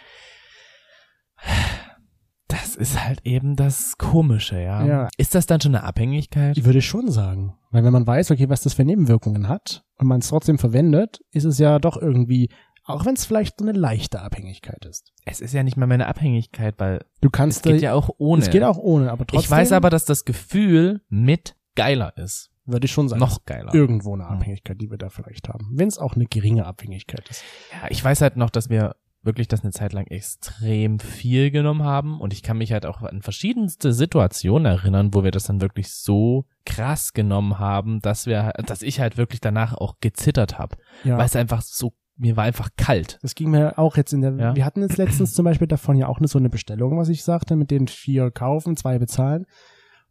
C: das ist halt eben das komische, ja.
A: Ja.
C: Ist das dann schon eine Abhängigkeit?
A: Ich würde schon sagen. Weil wenn man weiß, okay, was das für Nebenwirkungen hat und man es trotzdem verwendet, ist es ja doch irgendwie, auch wenn es vielleicht so eine leichte Abhängigkeit ist.
C: Es ist ja nicht mal meine Abhängigkeit, weil
A: Du kannst
C: es geht
A: da-
C: ja auch ohne.
A: es geht auch ohne, aber trotzdem
C: Ich weiß aber, dass das Gefühl mit geiler ist.
A: würde ich schon sagen.
C: Noch geiler.
A: irgendwo eine
C: Mhm.
A: Abhängigkeit, die wir da vielleicht haben. Wenn es auch eine geringe Abhängigkeit ist.
C: Ja, ich weiß halt noch, dass wir wirklich das eine Zeit lang extrem viel genommen haben und ich kann mich halt auch an verschiedenste Situationen erinnern, wo wir das dann wirklich so krass genommen haben, dass wir, dass ich halt wirklich danach auch gezittert habe,
A: Ja.
C: weil es einfach so, mir war einfach kalt.
A: das ging mir auch jetzt in der,
C: Ja.
A: wir hatten jetzt letztens zum Beispiel davon ja auch eine, so eine Bestellung, was ich sagte, mit den vier kaufen, zwei bezahlen.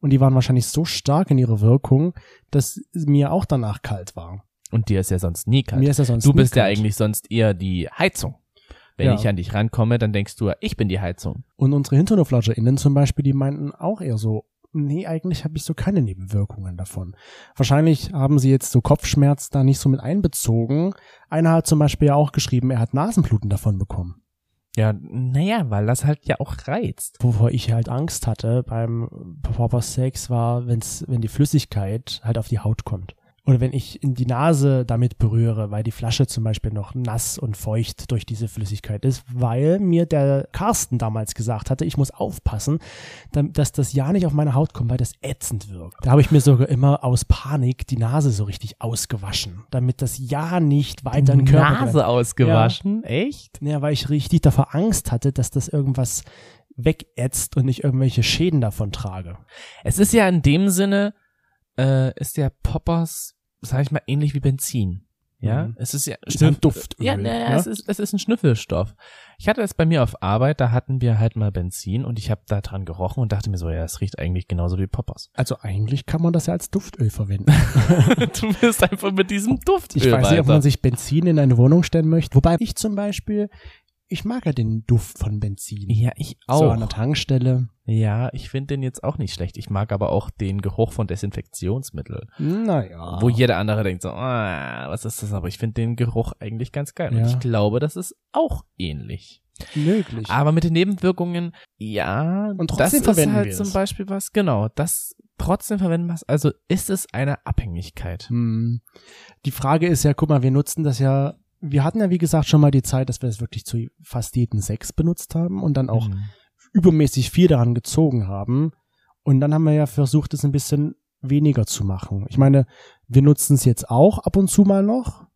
A: Und die waren wahrscheinlich so stark in ihrer Wirkung, dass mir auch danach kalt war.
C: Und dir ist ja sonst nie kalt.
A: Mir ist ja sonst
C: du
A: nie
C: bist ja
A: kalt.
C: eigentlich sonst eher die Heizung. Wenn
A: Ja.
C: ich an dich rankomme, dann denkst du, ja, ich bin die Heizung.
A: Und unsere HinternoflauscherInnen zum Beispiel, die meinten auch eher so, nee, eigentlich habe ich so keine Nebenwirkungen davon. Wahrscheinlich haben sie jetzt so Kopfschmerz da nicht so mit einbezogen. Einer hat zum Beispiel ja auch geschrieben, er hat Nasenbluten davon bekommen.
C: Ja, naja, weil das halt ja auch reizt.
A: Wovor ich halt Angst hatte beim Proper Sex war, wenn's, wenn die Flüssigkeit halt auf die Haut kommt. Oder wenn ich in die Nase damit berühre, weil die Flasche zum Beispiel noch nass und feucht durch diese Flüssigkeit ist, weil mir der Carsten damals gesagt hatte, ich muss aufpassen, dam- dass das ja nicht auf meine Haut kommt, weil das ätzend wirkt. Da habe ich mir sogar immer aus Panik die Nase so richtig ausgewaschen, damit das ja nicht weiter in den Körper gelangt.
C: Nase ausgewaschen, echt?
A: Ja, weil ich richtig davor Angst hatte, dass das irgendwas wegätzt und ich irgendwelche Schäden davon trage.
C: Es ist ja in dem Sinne, äh, ist der Poppers, sag ich mal, ähnlich wie Benzin. Ja,
A: Mhm.
C: es ist ja,
A: Ist ja ein Duftöl,
C: Ja, naja,
A: ne?
C: es, ist, es ist ein Schnüffelstoff. Ich hatte das bei mir auf Arbeit, da hatten wir halt mal Benzin und ich habe da dran gerochen und dachte mir so, ja, es riecht eigentlich genauso wie Poppers.
A: Also eigentlich kann man das ja als Duftöl verwenden.
C: du bist einfach mit diesem Duft.
A: Ich weiß nicht, ob man sich Benzin in eine Wohnung stellen möchte. Wobei ich zum Beispiel, ich mag ja den Duft von Benzin.
C: Ja, ich auch.
A: So an der Tankstelle.
C: Ja, ich finde den jetzt auch nicht schlecht. Ich mag aber auch den Geruch von Desinfektionsmittel,
A: Naja.
C: wo jeder andere denkt so, ah, was ist das? Aber ich finde den Geruch eigentlich ganz geil. Und
A: Ja.
C: ich glaube, das ist auch ähnlich.
A: möglich.
C: Aber mit den Nebenwirkungen, ja,
A: Und
C: das
A: trotzdem
C: ist
A: verwenden
C: halt
A: wir es.
C: zum Beispiel was, genau, das trotzdem verwenden wir es. Also ist es eine Abhängigkeit.
A: Hm. Die Frage ist ja, guck mal, wir nutzen das ja, wir hatten ja wie gesagt schon mal die Zeit, dass wir es wirklich zu fast jeden Sex benutzt haben und dann auch
C: Mhm.
A: übermäßig viel daran gezogen haben. Und dann haben wir ja versucht, es ein bisschen weniger zu machen. Ich meine, wir nutzen es jetzt auch ab und zu mal noch.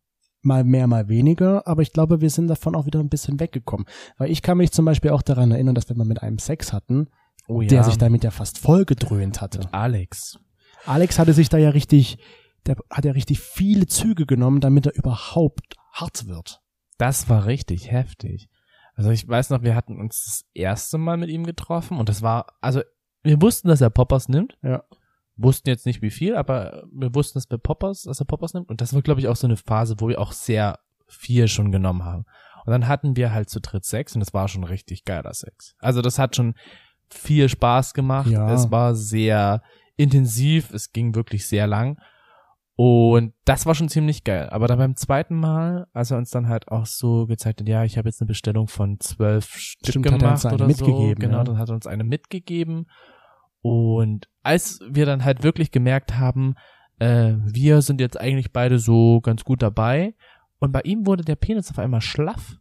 A: Mal mehr, mal weniger, aber ich glaube, wir sind davon auch wieder ein bisschen weggekommen. Weil ich kann mich zum Beispiel auch daran erinnern, dass wir mal mit einem Sex hatten,
C: Oh ja.
A: der sich damit ja fast vollgedröhnt hatte.
C: Alex.
A: Alex hatte sich da ja richtig, der hat ja richtig viele Züge genommen, damit er überhaupt hart wird.
C: Das war richtig heftig. Also ich weiß noch, wir hatten uns das erste Mal mit ihm getroffen und das war, also wir wussten, dass er Poppers nimmt.
A: Ja.
C: Wussten jetzt nicht wie viel, aber wir wussten, dass wir Poppers, dass er Poppers nimmt. Und das war, glaube ich, auch so eine Phase, wo wir auch sehr viel schon genommen haben. Und dann hatten wir halt zu dritt Sex und das war schon richtig geiler Sex. Also das hat schon viel Spaß gemacht.
A: Ja.
C: Es war sehr intensiv, es ging wirklich sehr lang. Und das war schon ziemlich geil. Aber dann beim zweiten Mal, als er uns dann halt auch so gezeigt hat, ja, ich habe jetzt eine Bestellung von zwölf Stück
A: Stimmt, hat er uns
C: gemacht
A: eine
C: oder so.
A: mitgegeben,
C: Genau,
A: ja.
C: dann hat er uns eine mitgegeben. Und als wir dann halt wirklich gemerkt haben, äh, wir sind jetzt eigentlich beide so ganz gut dabei. Und bei ihm wurde der Penis auf einmal schlaff.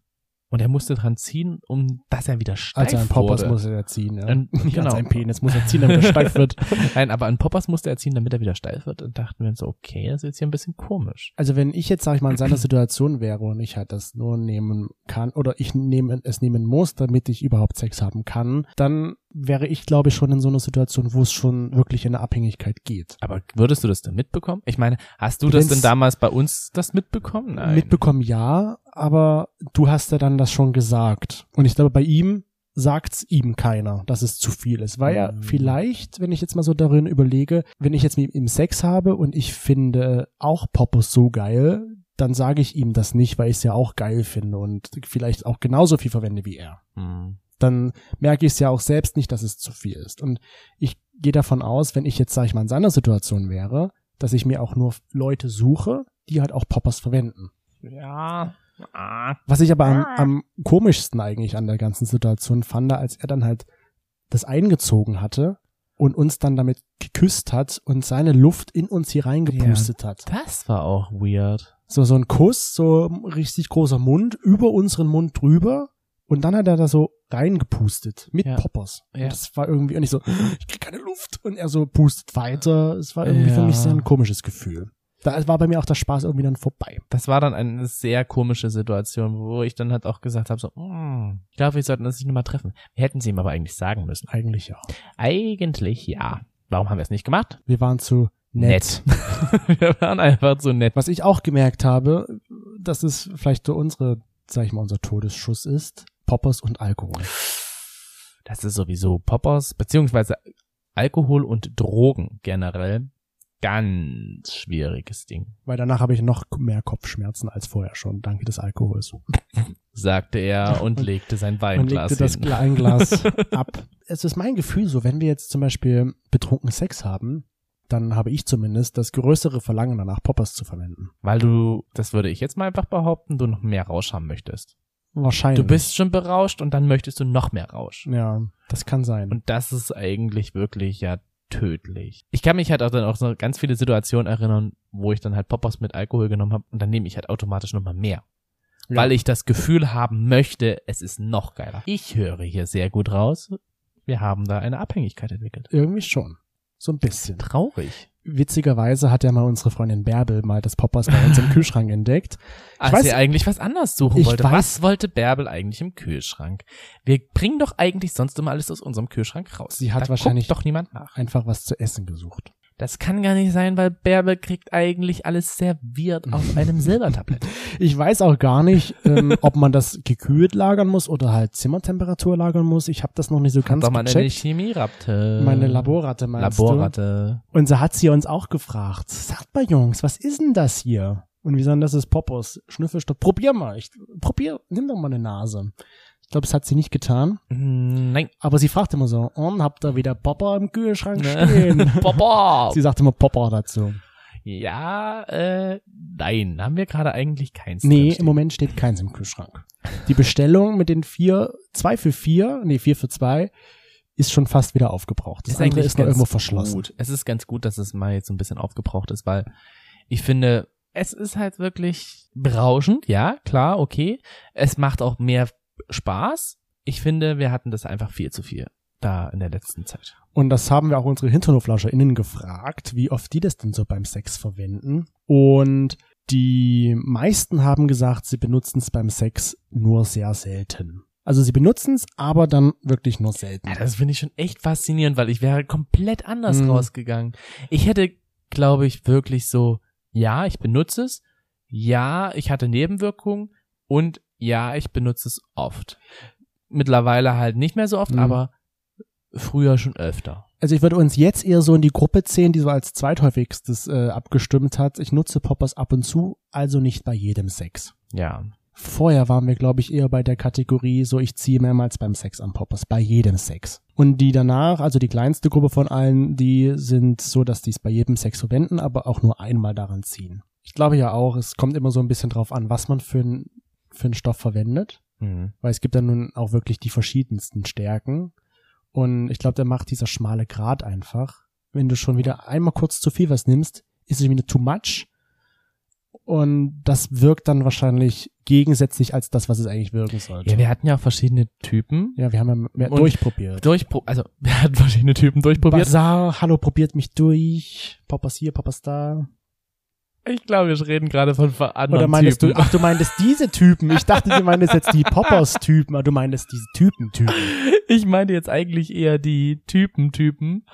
C: Und er musste dran ziehen, um dass er wieder steif
A: Also ein Poppers
C: wurde.
A: muss er ja ziehen, ja.
C: Ein- genau.
A: Also ein Penis muss er ziehen, damit er steif wird.
C: Nein, aber an Poppers musste er ziehen, damit er wieder steif wird. Und dachten wir uns so, okay, das ist jetzt hier ein bisschen komisch.
A: Also wenn ich jetzt, sag ich mal, in seiner Situation wäre und ich halt das nur nehmen kann oder ich nehme, es nehmen muss, damit ich überhaupt Sex haben kann, dann wäre ich, glaube ich, schon in so einer Situation, wo es schon wirklich in eine Abhängigkeit geht.
C: Aber würdest du das denn mitbekommen? Ich meine, hast du das
A: Wenn's-
C: denn damals bei uns das mitbekommen? Nein.
A: Mitbekommen ja, aber du hast ja dann das schon gesagt. Und ich glaube, bei ihm sagt's ihm keiner, dass es zu viel ist. Weil er
C: Mhm.
A: vielleicht, wenn ich jetzt mal so darin überlege, wenn ich jetzt mit ihm Sex habe und ich finde auch Poppers so geil, dann sage ich ihm das nicht, weil ich es ja auch geil finde und vielleicht auch genauso viel verwende wie er.
C: Hm.
A: Dann merke ich es ja auch selbst nicht, dass es zu viel ist. Und ich gehe davon aus, wenn ich jetzt, sage ich mal, in seiner Situation wäre, dass ich mir auch nur Leute suche, die halt auch Poppers verwenden.
C: Ja. Ah.
A: Was ich aber am, am komischsten eigentlich an der ganzen Situation fand, als er dann halt das eingezogen hatte und uns dann damit geküsst hat und seine Luft in uns hier reingepustet hat.
C: Das war auch weird.
A: So, so ein Kuss, so ein richtig großer Mund, über unseren Mund drüber und dann hat er da so reingepustet mit
C: Ja.
A: Poppers.
C: Ja.
A: Und das war irgendwie, und ich so, ich krieg keine Luft. Und er so pustet weiter. Es war irgendwie für
C: Ja.
A: mich so ein komisches Gefühl. Da war bei mir auch der Spaß irgendwie dann vorbei.
C: Das war dann eine sehr komische Situation, wo ich dann halt auch gesagt habe, so, hm, ich glaube, wir sollten uns nicht nochmal treffen. Wir hätten sie ihm aber eigentlich sagen müssen.
A: Eigentlich ja.
C: Eigentlich ja. Warum haben wir es nicht gemacht?
A: Wir waren zu nett.
C: wir waren einfach zu nett.
A: Was ich auch gemerkt habe, dass es vielleicht so unsere, sag ich mal, unser Todesschuss ist, Poppers und Alkohol.
C: Das ist sowieso Poppers, beziehungsweise Alkohol und Drogen generell. Ganz schwieriges Ding,
A: Weil danach habe ich noch mehr Kopfschmerzen als vorher schon, dank des Alkohols.
C: sagte er und legte sein
A: Man legte
C: Weinglas
A: das
C: hin.
A: Kleinglas ab. Es ist mein Gefühl so, wenn wir jetzt zum Beispiel betrunken Sex haben, dann habe ich zumindest das größere Verlangen danach, Poppers zu verwenden.
C: Weil du, das würde ich jetzt mal einfach behaupten, du noch mehr Rausch haben möchtest.
A: Wahrscheinlich.
C: Du bist schon berauscht und dann möchtest du noch mehr Rausch.
A: Ja, das kann sein.
C: Und das ist eigentlich wirklich ja tödlich. Ich kann mich halt auch dann auch so ganz viele Situationen erinnern, wo ich dann halt Poppers mit Alkohol genommen habe und dann nehme ich halt automatisch nochmal mehr.
A: Ja.
C: Weil ich das Gefühl haben möchte, es ist noch geiler. Ich höre hier sehr gut raus. Wir haben da eine Abhängigkeit entwickelt.
A: Irgendwie schon. So ein bisschen.
C: Traurig.
A: Witzigerweise hat ja mal unsere Freundin Bärbel mal das Poppers bei uns im Kühlschrank entdeckt.
C: Als
A: weiß-
C: sie eigentlich was anderes suchen
A: Ich
C: wollte.
A: weiß-
C: was wollte Bärbel eigentlich im Kühlschrank? Wir bringen doch eigentlich sonst immer alles aus unserem Kühlschrank raus.
A: Sie hat
C: da
A: wahrscheinlich-
C: guckt doch niemand nach.
A: Einfach was zu essen gesucht.
C: Das kann gar nicht sein, weil Bärbel kriegt eigentlich alles serviert auf einem Silbertablett.
A: Ich weiß auch gar nicht, ähm, ob man das gekühlt lagern muss oder halt Zimmertemperatur lagern muss. Ich habe das noch nicht so ganz
C: Doch mal eine
A: gecheckt.
C: Chemieratte.
A: Meine Laborratte meinst du?
C: Laborratte.
A: Und so hat sie uns auch gefragt, sagt mal Jungs, was ist denn das hier? Und wir sagen, das ist Poppers. Schnüffelstoff. Probier mal. Ich, probier, nimm doch mal eine Nase. Ich glaube, das hat sie nicht getan.
C: Mm, Nein.
A: Aber sie fragt immer so, und habt ihr wieder Popper im Kühlschrank
C: Ne.
A: stehen?
C: Papa.
A: sie sagt immer Popper dazu.
C: Ja, äh, nein, haben wir gerade eigentlich keins.
A: Nee,
C: drinstehen.
A: im Moment steht keins im Kühlschrank. Die Bestellung mit den vier, zwei für vier, nee, vier für zwei, ist schon fast wieder aufgebraucht. Das andere
C: eigentlich
A: ist noch
C: ganz
A: irgendwo verschlossen.
C: Gut. Es ist ganz gut, dass es mal jetzt so ein bisschen aufgebraucht ist, weil ich finde, es ist halt wirklich berauschend, ja, klar, okay. Es macht auch mehr Spaß. Ich finde, wir hatten das einfach viel zu viel da in der letzten Zeit.
A: Und das haben wir auch unsere HinternoflauscherInnen gefragt, wie oft die das denn so beim Sex verwenden. Und die meisten haben gesagt, sie benutzen es beim Sex nur sehr selten. Also sie benutzen es, aber dann wirklich nur selten.
C: Ja, das finde ich schon echt faszinierend, weil ich wäre halt komplett anders
A: Mhm.
C: rausgegangen. Ich hätte, glaube ich, wirklich so, ja, ich benutze es, ja, ich hatte Nebenwirkungen und ja, ich benutze es oft. Mittlerweile halt nicht mehr so oft,
A: Mhm.
C: aber früher schon öfter.
A: Also ich würde uns jetzt eher so in die Gruppe zählen, die so als zweithäufigstes äh, abgestimmt hat. Ich nutze Poppers ab und zu, also nicht bei jedem Sex.
C: Ja.
A: Vorher waren wir, glaube ich, eher bei der Kategorie, so ich ziehe mehrmals beim Sex an Poppers, bei jedem Sex. Und die danach, also die kleinste Gruppe von allen, die sind so, dass die es bei jedem Sex verwenden, aber auch nur einmal daran ziehen. Ich glaube ja auch, es kommt immer so ein bisschen drauf an, was man für, n- für einen Stoff verwendet,
C: Mhm.
A: weil es gibt ja nun auch wirklich die verschiedensten Stärken. Und ich glaube, da macht dieser schmale Grat einfach. Wenn du schon wieder einmal kurz zu viel was nimmst, ist es wieder too much. Und das wirkt dann wahrscheinlich gegensätzlich als das, was es eigentlich wirken sollte.
C: Ja, wir hatten ja auch verschiedene Typen.
A: Ja, wir haben ja mehr
C: Und-
A: durchprobiert.
C: Durchpro also wir hatten verschiedene Typen durchprobiert.
A: Bazar, hallo, probiert mich durch. Poppers hier, Poppers da.
C: Ich glaube, wir reden gerade von ver- anderen
A: Oder meinst
C: Typen.
A: du, ach, du meintest diese Typen. Ich dachte, du meintest jetzt die Poppers-Typen, aber du meintest diese Typen-Typen.
C: Ich meine jetzt eigentlich eher die Typen-Typen.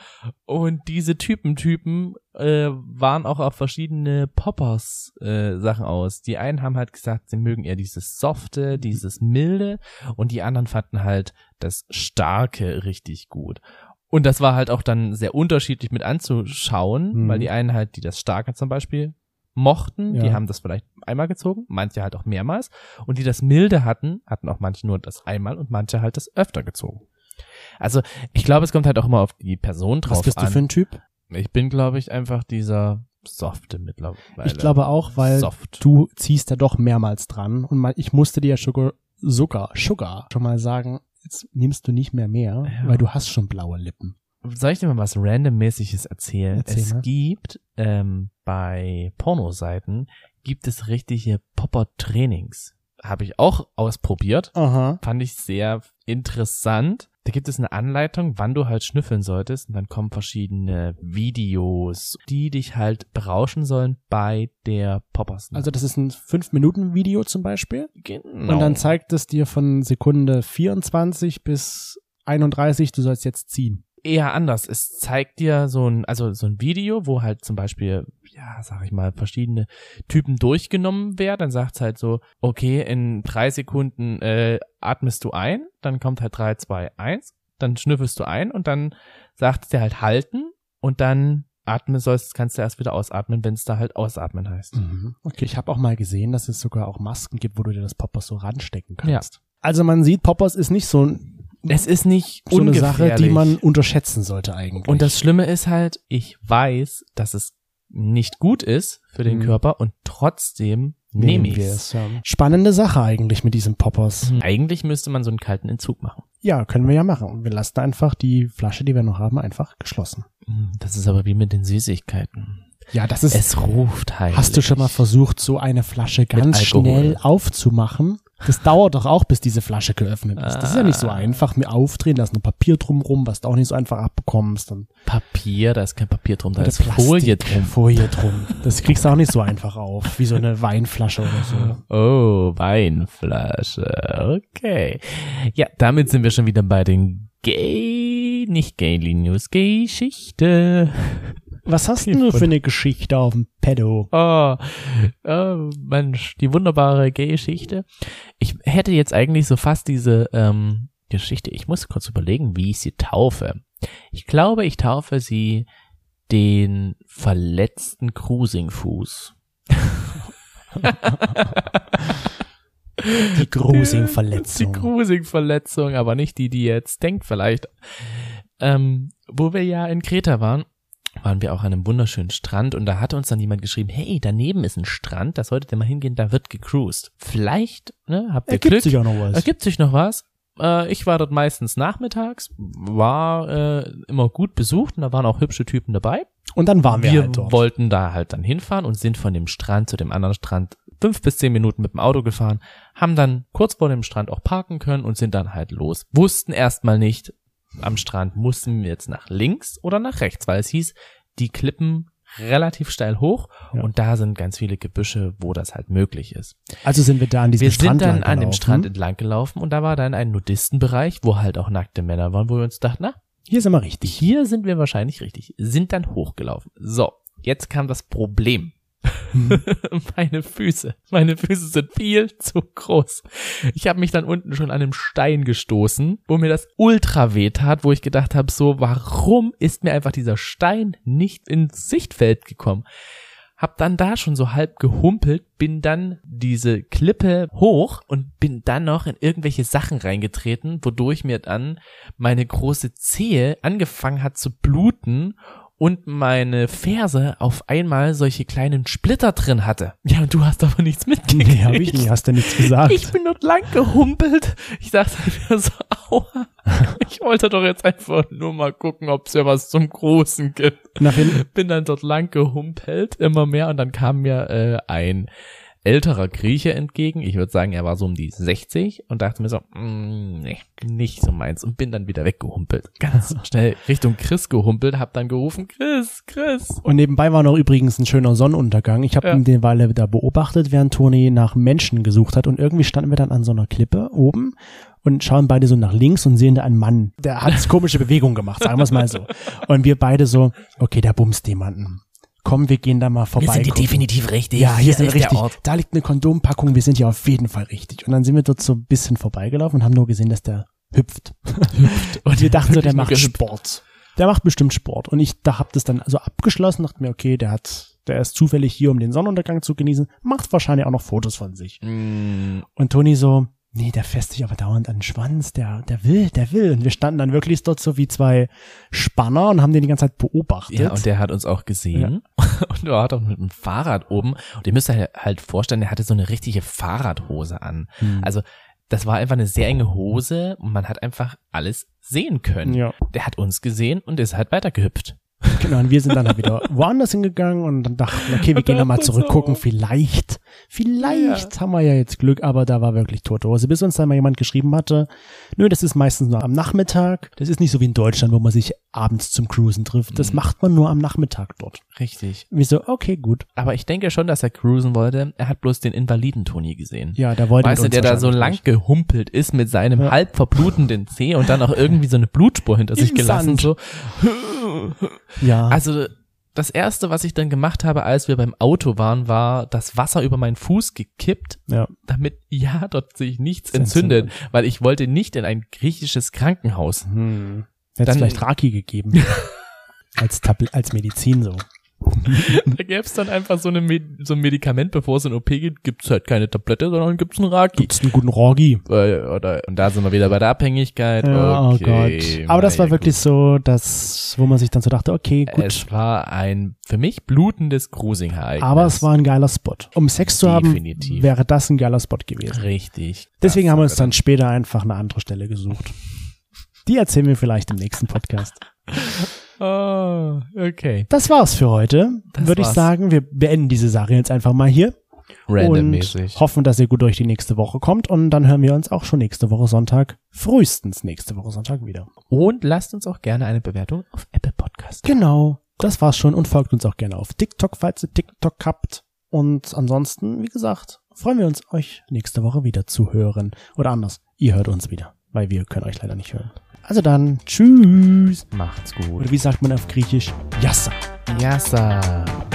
C: Und diese Typen-Typen äh, waren auch auf verschiedene Poppers-Sachen aus. Die einen haben halt gesagt, sie mögen eher dieses Softe, dieses Milde. Und die anderen fanden halt das Starke richtig gut. Und das war halt auch dann sehr unterschiedlich mit anzuschauen,
A: Mhm.
C: weil die einen halt, die das Starke zum Beispiel mochten, die
A: Ja.
C: haben das vielleicht einmal gezogen, manche halt auch mehrmals. Und die das milde hatten, hatten auch manche nur das einmal und manche halt das öfter gezogen. Also ich glaube, es kommt halt auch immer auf die Person drauf
A: Was bist
C: an.
A: du für ein Typ?
C: ich bin, glaube ich, einfach dieser Softe mittlerweile.
A: Ich glaube auch, weil
C: Soft.
A: du ziehst da doch mehrmals dran. Und mal, ich musste dir ja Sugar, Sugar, Sugar schon mal sagen, jetzt nimmst du nicht mehr mehr,
C: Ja.
A: weil du hast schon blaue Lippen.
C: Soll ich dir mal was randommäßiges erzählen?
A: Erzähl
C: es
A: mal.
C: gibt ähm, bei Pornoseiten gibt es richtige Popper-Trainings. Habe ich auch ausprobiert.
A: Aha.
C: Fand ich sehr interessant. Da gibt es eine Anleitung, wann du halt schnüffeln solltest. Und dann kommen verschiedene Videos, die dich halt berauschen sollen bei der Poppers.
A: Also das ist ein 5-Minuten-Video zum Beispiel.
C: genau.
A: Und dann zeigt es dir von Sekunde 24 bis 31, du sollst jetzt ziehen.
C: eher anders. Es zeigt dir so ein, also so ein Video, wo halt zum Beispiel, ja, sag ich mal, verschiedene Typen durchgenommen werden. Dann sagt's halt so, okay, in drei Sekunden äh, atmest du ein, dann kommt halt drei, zwei, eins, dann schnüffelst du ein und dann sagt's dir halt halten und dann atmen sollst, kannst du erst wieder ausatmen, wenn's da halt ausatmen
A: Mhm.
C: heißt.
A: Okay, ich habe auch mal gesehen, dass es sogar auch Masken gibt, wo du dir das Poppers so ranstecken
C: Ja.
A: kannst. Also man sieht, Poppers ist nicht so, ein-
C: Es ist nicht
A: so eine Sache, die
C: ungefährlich.
A: man unterschätzen sollte eigentlich.
C: Und das Schlimme ist halt, ich weiß, dass es nicht gut ist für den
A: Mhm.
C: Körper und trotzdem Nehm
A: nehmen wir Mhm.
C: ich's.
A: es. Ja. Spannende Sache eigentlich mit diesem Poppers.
C: Hm, Eigentlich müsste man so einen kalten Entzug machen.
A: Ja, können wir ja machen. Und wir lassen einfach die Flasche, die wir noch haben, einfach geschlossen.
C: Hm, Das ist aber wie mit den Süßigkeiten.
A: Ja, das ist.
C: Es ruft halt.
A: hast du schon mal versucht, so eine Flasche ganz
C: Alkohol.
A: schnell aufzumachen? Das dauert doch auch, bis diese Flasche geöffnet ist. Das ist ja nicht so einfach. Mir aufdrehen, da ist ein Papier drumrum, was du auch nicht so einfach abbekommst. Und
C: Papier, da ist kein Papier drum, da
A: Oder
C: ist Folie drum.
A: Folie drum. Das kriegst du auch nicht so einfach auf, wie so eine Weinflasche oder so.
C: Oh, Weinflasche. Okay. Ja, damit sind wir schon wieder bei den Gay, nicht Gaily News, Geschichte.
A: Was hast denn du für eine Geschichte auf dem Pedo?
C: Oh, oh, Mensch, die wunderbare Geschichte. Ich hätte jetzt eigentlich so fast diese ähm, Geschichte. Ich muss kurz überlegen, wie ich sie taufe. Ich glaube, ich taufe sie den verletzten Cruising-Fuß.
A: Die
C: Die
A: Grusing-Verletzung.
C: Cruising-Verletzung, aber nicht die, die ihr jetzt denkt vielleicht. Ähm, wo wir ja in Kreta waren, waren wir auch an einem wunderschönen Strand und da hatte uns dann jemand geschrieben, hey, daneben ist ein Strand, da solltet ihr mal hingehen, da wird gecruised. Vielleicht, ne, habt ihr
A: Ergibt
C: Glück,
A: sich auch noch was.
C: ergibt sich noch was. Äh, ich war dort meistens nachmittags, war äh, immer gut besucht und da waren auch hübsche Typen dabei
A: Und dann waren wir, halt dort.
C: wollten da halt dann hinfahren und sind von dem Strand zu dem anderen Strand fünf bis zehn Minuten mit dem Auto gefahren, haben dann kurz vor dem Strand auch parken können und sind dann halt los. Wussten erstmal nicht, am Strand mussten wir jetzt nach links oder nach rechts, weil es hieß, die Klippen relativ steil hoch
A: Ja.
C: und da sind ganz viele Gebüsche, wo das halt möglich ist.
A: Also sind wir da an diesem
C: Wir
A: Strand
C: sind dann an dem
A: langgelaufen.
C: Strand entlang gelaufen und da war dann ein Nudistenbereich, wo halt auch nackte Männer waren, wo wir uns dachten, na,
A: Hier sind wir richtig.
C: hier sind wir wahrscheinlich richtig, sind dann hochgelaufen. So, jetzt kam das Problem. meine Füße, meine Füße sind viel zu groß. Ich habe mich dann unten schon an einem Stein gestoßen, wo mir das ultra weh tat, wo ich gedacht habe, so warum ist mir einfach dieser Stein nicht ins Sichtfeld gekommen? Hab dann da schon so halb gehumpelt, bin dann diese Klippe hoch und bin dann noch in irgendwelche Sachen reingetreten, wodurch mir dann meine große Zehe angefangen hat zu bluten und meine Ferse auf einmal solche kleinen Splitter drin hatte. Ja, und du hast aber nichts mitgekriegt.
A: Nee, hab ich nicht. Hast du nichts gesagt?
C: Ich bin dort lang gehumpelt. Ich dachte mir so, aua. Ich wollte doch jetzt einfach nur mal gucken, ob es ja was zum Großen gibt
A: Na, wenn,
C: bin dann dort lang gehumpelt, immer mehr, und dann kam mir äh, ein älterer Grieche entgegen. Ich würde sagen, er war so um die 60 und dachte mir so, "Mm, nee, nicht so meins. Und bin dann wieder weggehumpelt. Ganz schnell Richtung Chris gehumpelt, hab dann gerufen, Chris, Chris.
A: und nebenbei war noch übrigens ein schöner Sonnenuntergang. Ich habe
C: Ja.
A: ihn den Weile da beobachtet, während Toni nach Menschen gesucht hat. Und irgendwie standen wir dann an so einer Klippe oben und schauen beide so nach links und sehen da einen Mann. Der hat komische Bewegungen gemacht, sagen wir es mal so. Und wir beide so, okay, der bumst jemanden. Komm, wir gehen da mal vorbei. gucken.
C: richtig.
A: Ja, hier sind wir richtig. Da liegt eine Kondompackung, wir sind ja auf jeden Fall richtig. Und dann sind wir dort so ein bisschen vorbeigelaufen und haben nur gesehen, dass der hüpft. Und wir dachten so, der
C: Wirklich nur
A: macht
C: gehüpft.
A: Sport. Der macht bestimmt Sport. Und ich da hab das dann also abgeschlossen, dachte mir, okay, der hat, der ist zufällig hier, um den Sonnenuntergang zu genießen, macht wahrscheinlich auch noch Fotos von sich.
C: Mm,
A: Und Toni so, nee, der fässt sich aber dauernd an den Schwanz, der, der will, der will. Und wir standen dann wirklich dort so wie zwei Spanner und haben den die ganze Zeit beobachtet.
C: Ja, und der hat uns auch gesehen. Und er hat auch mit dem Fahrrad oben. Und ihr müsst euch halt vorstellen, er hatte so eine richtige Fahrradhose an.
A: Hm.
C: Also das war einfach eine sehr enge Hose und man hat einfach alles sehen können.
A: ja.
C: Der hat uns gesehen und ist halt weitergehüpft.
A: Genau, und wir sind dann halt wieder woanders hingegangen und dann dachten, okay, wir
C: Und
A: gehen
C: da
A: da mal
C: hat's
A: zurück,
C: auch.
A: gucken, vielleicht, vielleicht haben wir ja jetzt Glück, aber da war wirklich tote Hose. Bis uns dann mal jemand geschrieben hatte, nö, das ist meistens nur am Nachmittag. Das ist nicht so wie in Deutschland, wo man sich abends zum Cruisen trifft. Das
C: Mhm.
A: macht man nur am Nachmittag dort.
C: Richtig.
A: Und wir so, okay, gut.
C: Aber ich denke schon, dass er cruisen wollte. Er hat bloß den invaliden Toni gesehen.
A: Ja, da wollte
C: weißt du, der da so lang gehumpelt ist mit seinem
A: Ja.
C: halb verblutenden Zeh und dann auch irgendwie so eine Blutspur hinter sich
A: Im
C: gelassen.
A: Sand.
C: So.
A: Ja.
C: Also das erste, was ich dann gemacht habe, als wir beim Auto waren, war das Wasser über meinen Fuß gekippt,
A: ja.
C: damit ja dort sich nichts
A: Das
C: entzündet,
A: entzündet.
C: weil ich wollte nicht in ein griechisches Krankenhaus.
A: Hm. Hätte
C: Dann-
A: vielleicht Raki gegeben. als, Tabl als Medizin so.
C: Da gäbe es dann einfach so, eine Med so ein Medikament, bevor es in OP geht, gibt's halt keine Tablette, sondern gibt's einen Raki.
A: Gibt's einen guten Rogi.
C: Äh, oder, und da sind wir wieder bei der Abhängigkeit. okay,
A: Ja, oh Gott. Aber das war
C: naja,
A: wirklich so, dass, wo man sich dann so dachte, okay,
C: gut.
A: gut.
C: Es war ein für mich blutendes Cruising-Ereignis.
A: aber es war ein geiler Spot. Um Sex zu haben,
C: Definitiv.
A: wäre das ein geiler Spot gewesen.
C: richtig.
A: Deswegen
C: krass,
A: haben wir uns
C: Alter.
A: dann später einfach eine andere Stelle gesucht. Die erzählen wir vielleicht im nächsten Podcast.
C: Ah, okay.
A: Das war's für heute.
C: Das
A: Würde ich
C: war's.
A: sagen, wir beenden diese Sache jetzt einfach mal hier.
C: Randommäßig.
A: Und hoffen, dass ihr gut durch die nächste Woche kommt. Und dann hören wir uns auch schon nächste Woche Sonntag, frühestens nächste Woche Sonntag wieder.
C: Und lasst uns auch gerne eine Bewertung auf Apple Podcast.
A: Genau. Das war's schon und folgt uns auch gerne auf TikTok, falls ihr TikTok habt. Und ansonsten, wie gesagt, freuen wir uns, euch nächste Woche wieder zu hören. Oder anders, ihr hört uns wieder, weil wir können euch leider nicht hören. Also dann, tschüss.
C: Macht's
A: Oder
C: gut.
A: wie sagt man auf Griechisch? Yassa.
C: Yassa.